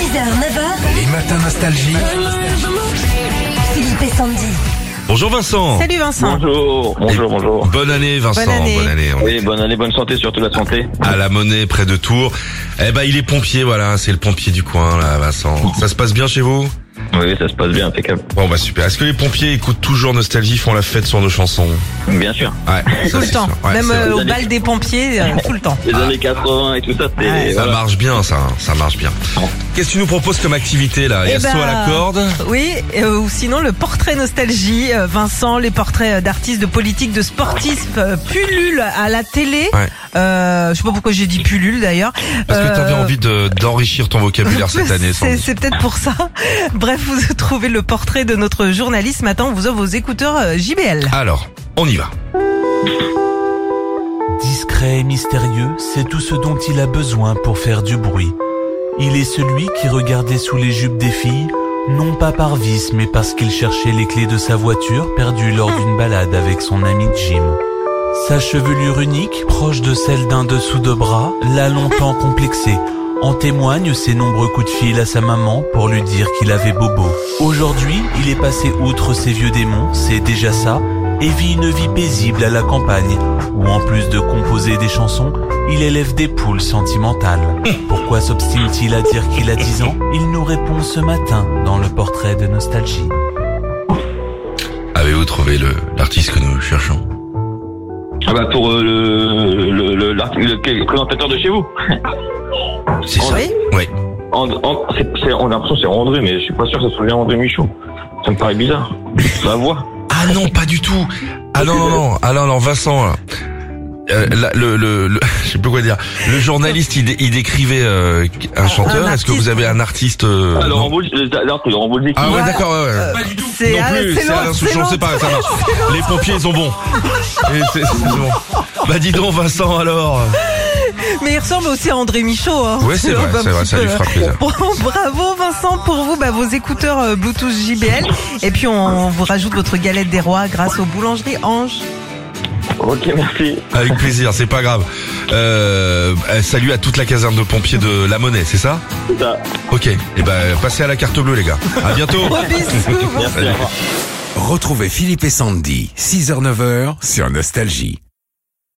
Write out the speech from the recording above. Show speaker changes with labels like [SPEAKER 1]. [SPEAKER 1] 6h, 9h,
[SPEAKER 2] Les matins nostalgie.
[SPEAKER 1] Philippe et Sandy.
[SPEAKER 3] Bonjour Vincent.
[SPEAKER 4] Salut Vincent.
[SPEAKER 5] Bonjour, bonjour,
[SPEAKER 3] Et
[SPEAKER 5] bonjour.
[SPEAKER 3] Bonne année Vincent.
[SPEAKER 4] Bonne année.
[SPEAKER 3] On est
[SPEAKER 5] Oui, bonne année, bonne santé, surtout la santé.
[SPEAKER 3] à la monnaie près de Tours. Eh ben il est pompier voilà, c'est le pompier du coin là Vincent. Ça se passe bien chez vous
[SPEAKER 5] Oui, ça se passe bien, impeccable.
[SPEAKER 3] Bon bah super. Est-ce que les pompiers écoutent toujours Nostalgie, font la fête sur nos chansons
[SPEAKER 5] Bien sûr.
[SPEAKER 3] Ouais, ça,
[SPEAKER 4] Tout le
[SPEAKER 3] c'est
[SPEAKER 4] temps.
[SPEAKER 3] sûr. Ouais,
[SPEAKER 4] Même
[SPEAKER 3] c'est-
[SPEAKER 4] euh, au
[SPEAKER 5] Vous
[SPEAKER 4] bal
[SPEAKER 5] allez-
[SPEAKER 4] des pompiers, euh, tout le temps.
[SPEAKER 5] Les années 80 et tout ça, c'est...
[SPEAKER 4] Ouais.
[SPEAKER 3] Ah. ça
[SPEAKER 5] voilà.
[SPEAKER 3] marche bien ça, hein, ça marche bien. Qu'est-ce que tu nous proposes comme activité là Il y a
[SPEAKER 4] Eh ben,
[SPEAKER 3] saut à la corde.
[SPEAKER 4] Oui, euh, ou sinon le portrait nostalgie. euh, Vincent, les portraits euh, d'artistes, de politiques, de sportifs euh, pullulent à la télé.
[SPEAKER 3] Ouais.
[SPEAKER 4] Euh, je sais pas pourquoi j'ai dit pullule d'ailleurs.
[SPEAKER 3] Parce que t'avais
[SPEAKER 4] Euh,
[SPEAKER 3] envie de- d'enrichir ton vocabulaire cette année. sans
[SPEAKER 4] C'est
[SPEAKER 3] doute.
[SPEAKER 4] c'est peut-être pour ça. Bref, vous trouvez le portrait de notre journaliste. Ce matin, on vous offre vos écouteurs euh, JBL.
[SPEAKER 3] Alors, on y va.
[SPEAKER 6] Discret et mystérieux, c'est tout ce dont il a besoin pour faire du bruit. Il est celui qui regardait sous les jupes des filles, non pas par vice, mais parce qu'il cherchait les clés de sa voiture perdue lors d'une balade avec son ami Jim. Sa chevelure unique, proche de celle d'un dessous de bras, l'a longtemps complexé. En témoignent ses nombreux coups de fil à sa maman pour lui dire qu'il avait bobo. Aujourd'hui, il est passé outre ses vieux démons, c'est déjà ça, et vit une vie paisible à la campagne, où en plus de composer des chansons, il élève des poules sentimentales. Pourquoi s'obstine-t-il à dire qu'il a 10 ans Il nous répond ce matin dans le portrait de Nostalgie.
[SPEAKER 3] Avez-vous trouvé le l'artiste que nous cherchons
[SPEAKER 5] Ah bah pour euh, le, le, le- l'art- le- quel- présentateur de chez vous.
[SPEAKER 3] C'est ça.
[SPEAKER 4] Oui.
[SPEAKER 3] Oui.
[SPEAKER 5] And- And- c'est- c'est- on a l'impression que c'est André, mais je suis pas sûr que ça soit bien André Michaud. Ça me paraît bizarre. La voix.
[SPEAKER 3] Ah non, pas du tout. Ah non, non, non. Ah non, non, Vincent. là. Euh, là, le, le, le- je sais plus quoi dire. Le journaliste, il, dé- il décrivait euh, un chanteur. Est-ce que
[SPEAKER 4] artiste.
[SPEAKER 3] vous avez un artiste euh,
[SPEAKER 5] Ah, Laurent
[SPEAKER 3] non
[SPEAKER 5] Boulz, euh, l'art de Laurent Boulz.
[SPEAKER 3] Ah ouais,
[SPEAKER 4] Voilà.
[SPEAKER 3] d'accord. Ouais, ouais.
[SPEAKER 4] du tout. C'est
[SPEAKER 3] non
[SPEAKER 4] ah,
[SPEAKER 3] plus,
[SPEAKER 4] c'est
[SPEAKER 3] c'est Alain
[SPEAKER 4] l'autre,
[SPEAKER 3] Souchon,
[SPEAKER 4] c'est
[SPEAKER 3] c'est pas, ça marche. Les pompiers, ils sont bons. Et c'est- c'est bon. Bah dis donc, Vincent, alors.
[SPEAKER 4] Mais il ressemble aussi à André Michaud. Hein.
[SPEAKER 3] Ouais, c'est vrai,
[SPEAKER 4] Bah,
[SPEAKER 3] c'est
[SPEAKER 4] un
[SPEAKER 3] vrai,
[SPEAKER 4] petit
[SPEAKER 3] ça lui
[SPEAKER 4] peu.
[SPEAKER 3] fera plaisir.
[SPEAKER 4] Bon, bravo Vincent pour vous, bah, vos écouteurs euh, Bluetooth JBL. Et puis on vous rajoute votre galette des rois grâce aux boulangeries Ange.
[SPEAKER 5] Ok, merci.
[SPEAKER 3] Avec plaisir, c'est pas grave. Euh, euh, salut à toute la caserne de pompiers de La Monnaie, c'est ça
[SPEAKER 5] C'est ça.
[SPEAKER 3] Ok. Et ben, passez à la carte bleue, les gars. À bientôt.
[SPEAKER 4] Gros bisous.
[SPEAKER 5] Merci, au revoir.
[SPEAKER 2] Retrouvez Philippe et Sandy, 6h-9h sur Nostalgie.